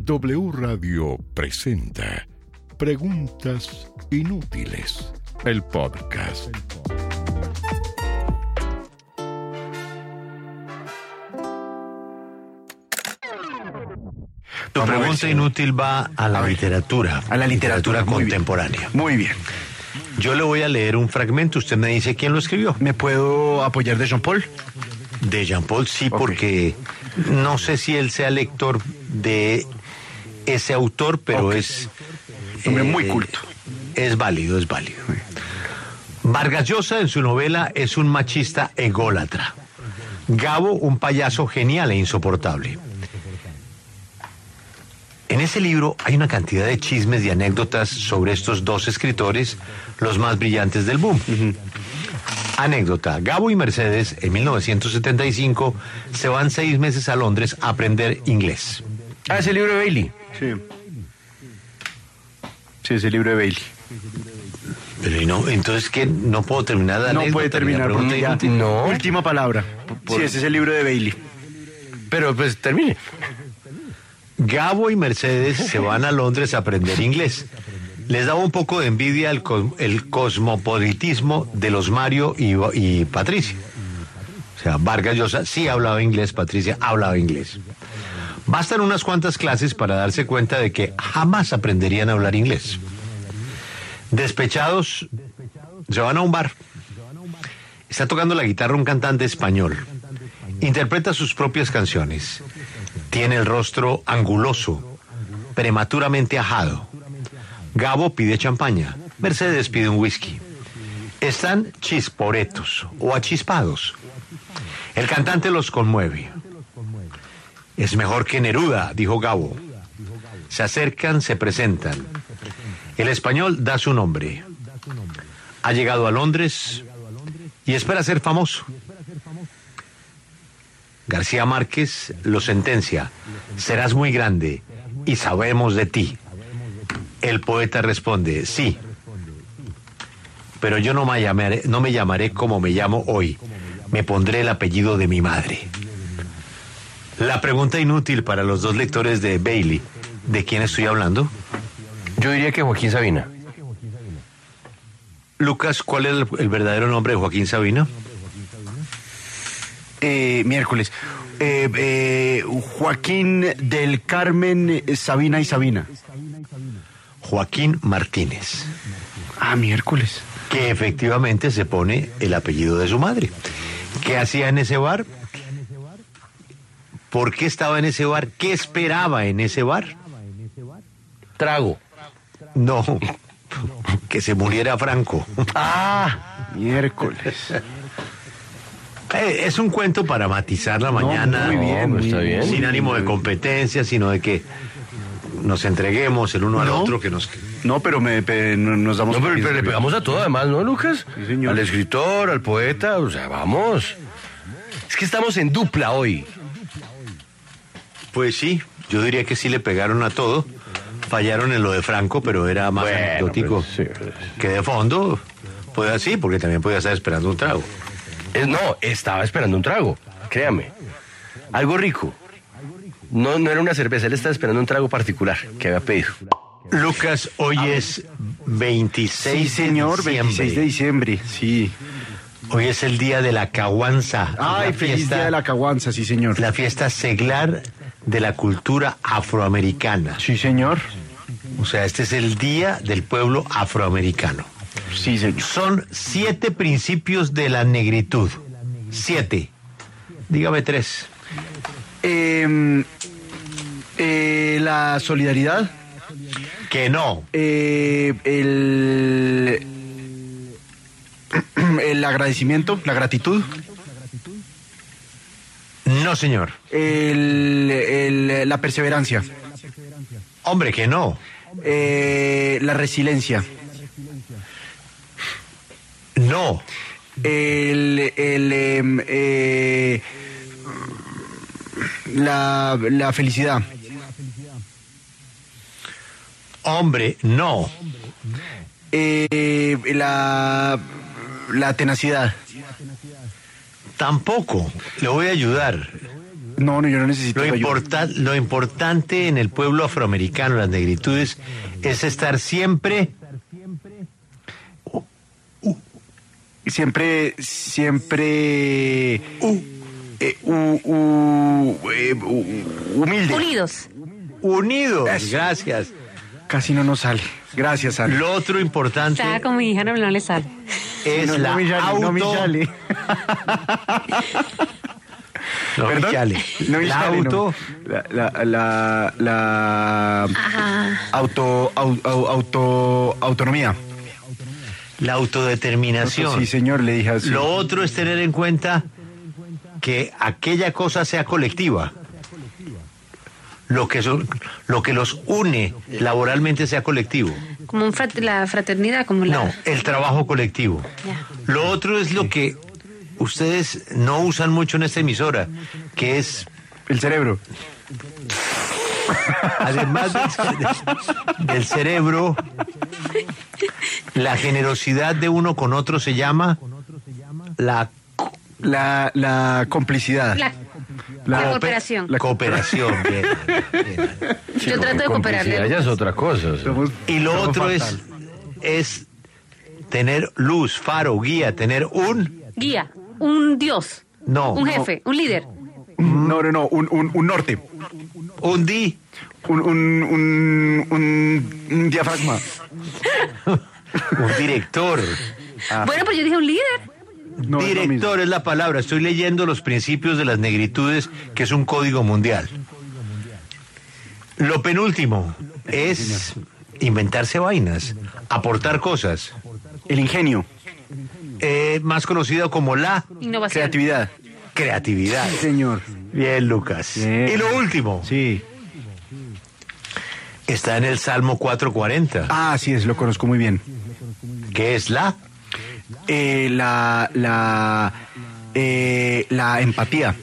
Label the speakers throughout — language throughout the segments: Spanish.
Speaker 1: W Radio presenta Preguntas Inútiles, el podcast.
Speaker 2: Tu
Speaker 3: Vamos a ver
Speaker 2: pregunta
Speaker 3: si-
Speaker 2: inútil va a la
Speaker 3: ver.
Speaker 2: literatura.
Speaker 3: A la literatura, muy bien.
Speaker 2: contemporánea.
Speaker 3: Muy bien.
Speaker 2: Yo le voy a leer un fragmento. Usted me dice quién lo escribió.
Speaker 3: ¿Me puedo apoyar de Jean Paul?
Speaker 2: De Jean Paul, sí,
Speaker 3: Ok.
Speaker 2: porque no sé si él sea lector de ese autor, pero
Speaker 3: Ok.
Speaker 2: es.
Speaker 3: Hombre, muy culto.
Speaker 2: Es válido, es válido. Vargas Llosa en su novela es un machista ególatra. Gabo, un payaso genial e insoportable. En ese libro hay una cantidad de chismes y anécdotas sobre estos dos escritores, los más brillantes del boom. Anécdota. Gabo y Mercedes, en 1975, se van seis meses a Londres a aprender inglés.
Speaker 3: Ah, es el libro de Bailey. Sí. Sí, es el libro de Bailey.
Speaker 2: Pero y no, entonces que no puedo terminar la
Speaker 3: No
Speaker 2: anécdota,
Speaker 3: puede
Speaker 2: ni la
Speaker 3: terminar
Speaker 2: pregunta
Speaker 3: porque ya-
Speaker 2: inútil.
Speaker 3: Última palabra. Sí, ese es el libro de Bailey.
Speaker 4: Pero pues termine.
Speaker 2: Gabo y Mercedes se van a Londres a aprender inglés. Les daba un poco de envidia el, cos- el cosmopolitismo de los Mario y, y Patricia. O sea, Vargas Llosa sí hablaba inglés, Patricia hablaba inglés. Bastan unas cuantas clases para darse cuenta de que jamás aprenderían a hablar inglés. Despechados, se van a un bar. Está tocando la guitarra un cantante español. Interpreta sus propias canciones. Tiene el rostro anguloso, prematuramente ajado. Gabo pide champaña. Mercedes pide un whisky. Están chisporetos o achispados. El cantante los conmueve. Es mejor que Neruda, dijo Gabo. Se acercan, se presentan. El español da su nombre. Ha llegado a Londres y espera ser famoso. García Márquez lo sentencia. Serás muy grande y sabemos de ti. El poeta responde, sí, pero yo no me llamaré, no me llamaré como me llamo hoy. Me pondré el apellido de mi madre. La pregunta inútil para los dos lectores de Bailey, ¿de quién estoy hablando?
Speaker 4: Yo diría que Joaquín Sabina.
Speaker 2: Lucas, ¿cuál es el, el verdadero nombre de Joaquín Sabino?
Speaker 3: Eh, miércoles. Eh, eh, Joaquín del Carmen, eh, Sabina y Sabina.
Speaker 2: Joaquín Martínez.
Speaker 3: Ah, miércoles.
Speaker 2: que efectivamente se pone el apellido de su madre. ¿Qué hacía en ese bar? ¿Por qué estaba en ese bar? ¿Qué esperaba en ese bar?
Speaker 4: Trago.
Speaker 2: No, que se muriera Franco.
Speaker 3: Ah, miércoles.
Speaker 2: Eh, Es un cuento para matizar la mañana.
Speaker 3: muy bien,
Speaker 4: pues, está
Speaker 3: muy
Speaker 4: bien.
Speaker 2: Sin ánimo de competencia, sino de que nos entreguemos el uno al
Speaker 3: No.
Speaker 2: otro, que nos...
Speaker 3: No, pero me, pe- nos damos
Speaker 4: No, pero, pero le pegamos a todo además, ¿no, Lucas?
Speaker 3: Sí, señor.
Speaker 4: Al escritor, al poeta, o sea, vamos. Es que estamos en dupla hoy.
Speaker 2: Pues sí, yo diría que sí le pegaron a todo. Fallaron en lo de Franco, pero era más
Speaker 4: Bueno,
Speaker 3: pues,
Speaker 2: anecdótico.
Speaker 4: pero sí, pero
Speaker 2: Que de fondo, puede así, porque también podía estar esperando un trago.
Speaker 4: Es- no, estaba esperando un trago, créame. Algo rico. No, no era una cerveza, él estaba esperando un trago particular que había pedido.
Speaker 2: Lucas, hoy es 26
Speaker 3: Sí, señor,
Speaker 2: de
Speaker 3: 26 de
Speaker 2: diciembre.
Speaker 3: diciembre. Sí.
Speaker 2: Hoy es el día de la caguanza.
Speaker 3: Ay,
Speaker 2: la
Speaker 3: feliz día de la caguanza, sí, señor.
Speaker 2: la fiesta seglar de la cultura afroamericana.
Speaker 3: Sí, señor.
Speaker 2: O sea, este es el día del pueblo afroamericano.
Speaker 3: Sí, señor.
Speaker 2: Son siete principios de la negritud. Siete. Dígame tres.
Speaker 3: Eh, eh, la solidaridad,
Speaker 2: Que no.
Speaker 3: eh, el, el agradecimiento, la gratitud,
Speaker 2: No, señor.
Speaker 3: el, el- la perseverancia,
Speaker 2: Hombre, que no.
Speaker 3: eh, la resiliencia,
Speaker 2: No.
Speaker 3: el, el, em, eh, la, la felicidad,
Speaker 2: Hombre, no.
Speaker 3: eh, la, la tenacidad,
Speaker 2: Tampoco. Le voy a ayudar.
Speaker 3: No, no, yo no necesito
Speaker 2: Lo,
Speaker 3: ayuda.
Speaker 2: importa- lo importante en el pueblo afroamericano, las negritudes, es estar siempre
Speaker 3: Siempre, siempre... eh, u- u- eh, u- humilde.
Speaker 5: Unidos.
Speaker 2: unidos. Gracias.
Speaker 3: Casi no nos sale. Gracias, Ale.
Speaker 2: Lo otro importante
Speaker 5: Estaba con mi hija, no, no le sale.
Speaker 2: es
Speaker 3: No, no
Speaker 2: la
Speaker 3: me llale, no me
Speaker 2: auto-
Speaker 3: llale.
Speaker 2: No me
Speaker 3: ¿Perdón?
Speaker 2: llale.
Speaker 3: No me
Speaker 2: la
Speaker 3: llale, no.
Speaker 2: auto
Speaker 3: La, la, la, la- auto, au- au- auto, autonomía.
Speaker 2: la autodeterminación.
Speaker 3: pues Sí, señor, le dije así.
Speaker 2: Lo otro es tener en cuenta que aquella cosa sea colectiva. Lo que, son- lo que los une laboralmente sea colectivo.
Speaker 5: Como un frat- la fraternidad, como la.
Speaker 2: No, el trabajo colectivo.
Speaker 5: Ya.
Speaker 2: Lo otro es lo que ustedes no usan mucho en esta emisora, que es,
Speaker 3: El cerebro.
Speaker 2: además del, cere- del cerebro, la generosidad de uno con otro se llama la
Speaker 3: La, la complicidad.
Speaker 5: La-
Speaker 3: La
Speaker 5: la
Speaker 3: cooper-
Speaker 5: cooperación.
Speaker 3: la-
Speaker 2: cooperación. bien, bien.
Speaker 5: Yo trato de
Speaker 4: Complicidad
Speaker 5: cooperarle.
Speaker 4: ya es otra cosa. o sea.
Speaker 3: Somos-
Speaker 2: Y lo
Speaker 3: somos
Speaker 2: otro es,
Speaker 3: fatal.
Speaker 2: es tener luz, faro, guía, tener un...
Speaker 5: Guía, un dios,
Speaker 2: No,
Speaker 5: un
Speaker 2: Oh, no,
Speaker 5: jefe, un líder.
Speaker 3: No, no, no, un, un, un norte.
Speaker 2: un di.
Speaker 3: Un, un, un, un- un diafragma.
Speaker 2: Un director.
Speaker 5: Bueno, pues yo dije un líder.
Speaker 3: No, es lo mismo.
Speaker 2: director es la palabra. Estoy leyendo los principios de las negritudes, que es un código mundial. Lo penúltimo es inventarse vainas, aportar cosas,
Speaker 3: El ingenio,
Speaker 2: eh, más conocido como la
Speaker 5: Innovación.
Speaker 3: creatividad.
Speaker 2: creatividad.
Speaker 3: Sí, señor.
Speaker 2: Bien, Lucas.
Speaker 3: Bien.
Speaker 2: Y lo último
Speaker 3: Sí.
Speaker 2: está en el Salmo 440,
Speaker 3: Ah, así es, lo conozco muy bien.
Speaker 2: que es la
Speaker 3: Eh, la, la, eh, la empatía.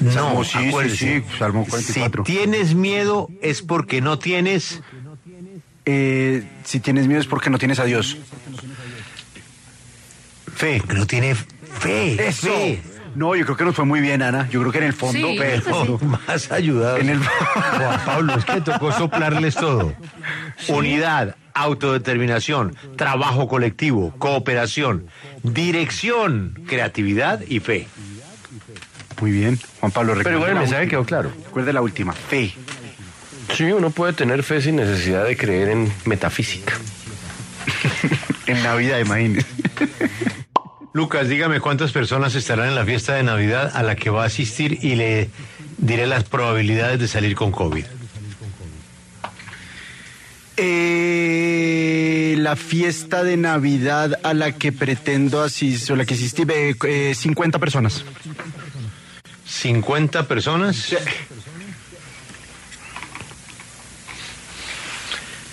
Speaker 2: No,
Speaker 3: Salmo- sí, sí,
Speaker 2: acuérdese.
Speaker 3: sí, Salmo 44.
Speaker 2: Si tienes miedo es porque no tienes.
Speaker 3: Eh, si tienes miedo es porque no tienes a Dios.
Speaker 2: Fe. No tiene fe. Fe.
Speaker 3: No, yo creo que nos fue muy bien, Ana. Yo creo que en el fondo.
Speaker 5: Sí.
Speaker 2: Pero
Speaker 5: Pues
Speaker 2: más ayudado.
Speaker 3: En el-
Speaker 2: Juan Pablo, es que tocó soplarles todo. Unidad, autodeterminación, trabajo colectivo, cooperación, dirección, creatividad y fe.
Speaker 3: Muy bien, Juan Pablo.
Speaker 4: Pero
Speaker 3: recuerde
Speaker 4: bueno, el
Speaker 3: la
Speaker 4: mensaje
Speaker 3: última.
Speaker 4: quedó claro.
Speaker 3: Recuerde la última. Fe.
Speaker 4: Sí, uno puede tener fe sin necesidad de creer en metafísica.
Speaker 3: En Navidad, imagínese.
Speaker 2: Lucas, dígame cuántas personas estarán en la fiesta de Navidad a la que va a asistir y le diré las probabilidades de salir con COVID.
Speaker 3: Eh, la fiesta de Navidad a la que pretendo asistir, o la que asistí, eh, eh, 50 personas.
Speaker 2: 50 personas.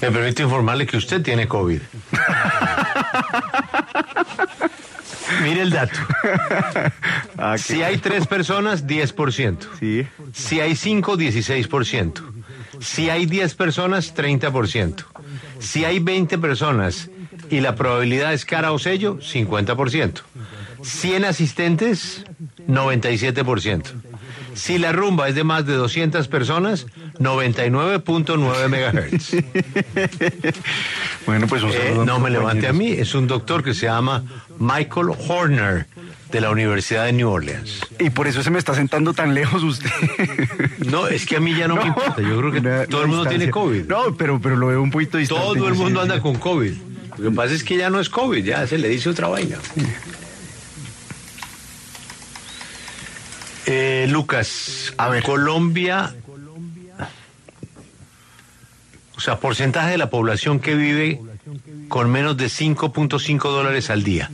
Speaker 2: Me permito informarle que usted tiene COVID. Mire el dato. Si hay tres personas, 10%.
Speaker 3: Sí.
Speaker 2: Si hay 5, 16%. Si hay 10 personas, 30%. Si hay 20 personas y la probabilidad es cara o sello, 50%. 100 asistentes, 97%. Si la rumba es de más de 200 personas, 99.9 megahertz.
Speaker 3: Bueno, pues un
Speaker 2: Eh,
Speaker 3: saludo
Speaker 2: no me
Speaker 3: compañeros.
Speaker 2: levante a mí, es un doctor que se llama Michael Horner de la Universidad de New Orleans.
Speaker 3: Y por eso se me está sentando tan lejos usted.
Speaker 2: No, es que a mí ya no, me importa. Yo creo que
Speaker 3: Una-
Speaker 2: todo
Speaker 3: una
Speaker 2: el mundo
Speaker 3: distancia.
Speaker 2: tiene COVID.
Speaker 3: No, pero, pero lo veo un poquito distante.
Speaker 2: Todo el
Speaker 3: sí,
Speaker 2: mundo
Speaker 3: sí.
Speaker 2: anda con COVID. Lo que pasa es que ya no es COVID, ya se le dice otra vaina. Eh, Lucas, a ver, Colombia, o sea, porcentaje de la población que vive con menos de 5.5 dólares al día.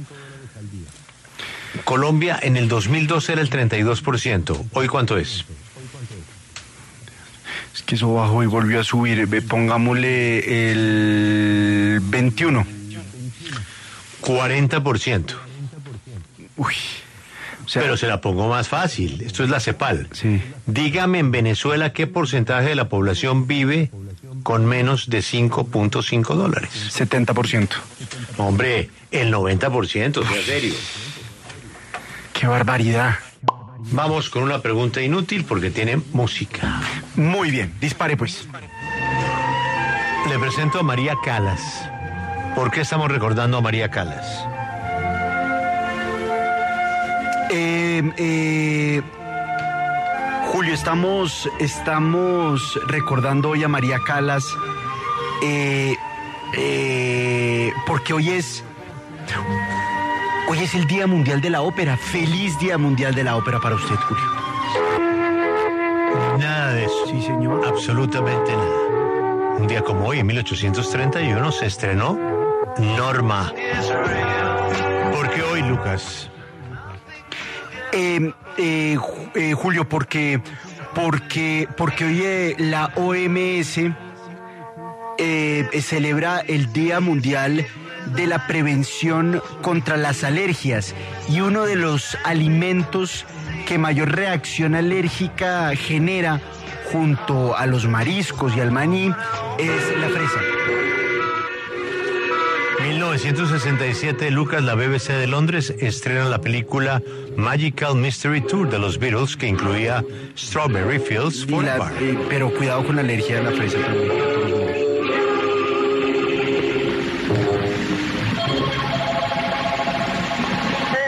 Speaker 2: Colombia en el 2012 era el 32%. ¿Hoy cuánto es?
Speaker 3: Es que eso bajó y volvió a subir. Ve, Pongámosle el 21.
Speaker 2: 40%.
Speaker 3: Uy. O sea,
Speaker 2: Pero se la pongo más fácil. Esto es la CEPAL.
Speaker 3: Sí.
Speaker 2: Dígame en Venezuela qué porcentaje de la población vive con menos de 5.5 dólares.
Speaker 3: 70%.
Speaker 2: Hombre, el 90%, sea serio.
Speaker 3: Qué barbaridad.
Speaker 2: Vamos con una pregunta inútil porque tiene música.
Speaker 3: Muy bien, dispare pues.
Speaker 2: Le presento a María Calas. ¿Por qué estamos recordando a María Calas?
Speaker 3: Eh, eh, Julio, estamos, estamos recordando hoy a María Calas eh, eh, porque hoy es, hoy es el Día Mundial de la Ópera. Feliz Día Mundial de la Ópera para usted, Julio.
Speaker 2: Nada de eso.
Speaker 3: Sí, señor.
Speaker 2: Absolutamente nada. Un día como hoy, en 1831, se estrenó Norma. ¿Por qué hoy, Lucas?
Speaker 3: Eh, eh, Ju- eh, Julio, porque, porque, porque hoy eh, la OMS eh, eh, celebra el Día Mundial de la Prevención contra las Alergias y uno de los alimentos que mayor reacción alérgica genera junto a los mariscos y al maní es la fresa.
Speaker 2: 1967, Lucas, la BBC de Londres estrena la película Magical Mystery Tour de los Beatles, que incluía Strawberry Fields
Speaker 3: Y la-
Speaker 2: Forever.
Speaker 3: eh, pero cuidado con la alergia de la fresa también. por favor.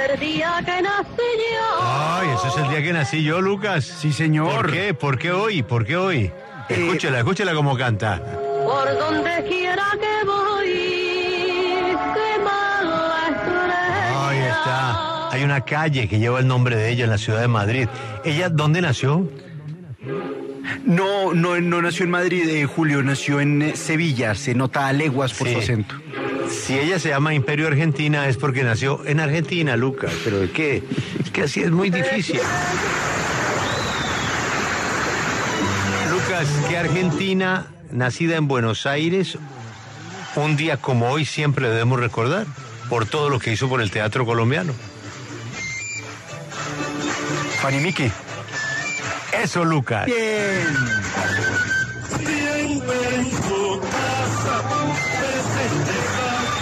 Speaker 6: El día que nací yo.
Speaker 2: Ay, ese es el día que nací yo, Lucas. Sí,
Speaker 3: señor.
Speaker 2: ¿Por qué? ¿Por qué hoy? ¿Por qué hoy?
Speaker 3: Eh,
Speaker 2: Escúchela, escúchela como canta.
Speaker 6: Por donde quiera que voy, quema la estrella.
Speaker 2: Ahí está. Hay una calle que lleva el nombre de ella en la ciudad de Madrid. ¿Ella dónde nació?
Speaker 3: No, no, no nació en Madrid, eh, Julio, nació en eh, Sevilla, se nota a leguas por
Speaker 2: Sí.
Speaker 3: su acento.
Speaker 2: Si ella se llama Imperio Argentina es porque nació en Argentina, Lucas. Pero ¿de qué? Es que así es muy difícil. Lucas, que Argentina, nacida en Buenos Aires, un día como hoy siempre le debemos recordar por todo lo que hizo por el teatro colombiano.
Speaker 3: Fanny Miki.
Speaker 2: Eso, Lucas.
Speaker 3: Bien.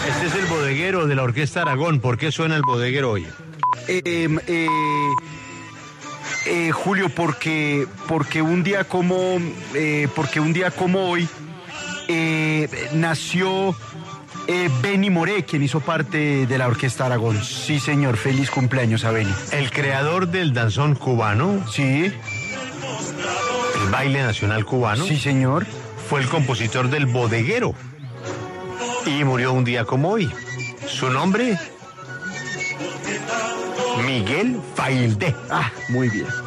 Speaker 2: Este es el bodeguero de la Orquesta Aragón. ¿Por qué suena el bodeguero hoy?
Speaker 3: Eh, em, eh, eh, Julio, porque, porque un día como, eh, porque un día como hoy eh, nació eh, Benny Moré, quien hizo parte de la Orquesta Aragón. Sí, señor, feliz cumpleaños a Benny.
Speaker 2: El creador del danzón cubano,
Speaker 3: Sí,
Speaker 2: el baile nacional cubano,
Speaker 3: sí, señor.
Speaker 2: fue el compositor del bodeguero y murió un día como hoy. Su nombre, Miguel Failde.
Speaker 3: Ah, muy bien.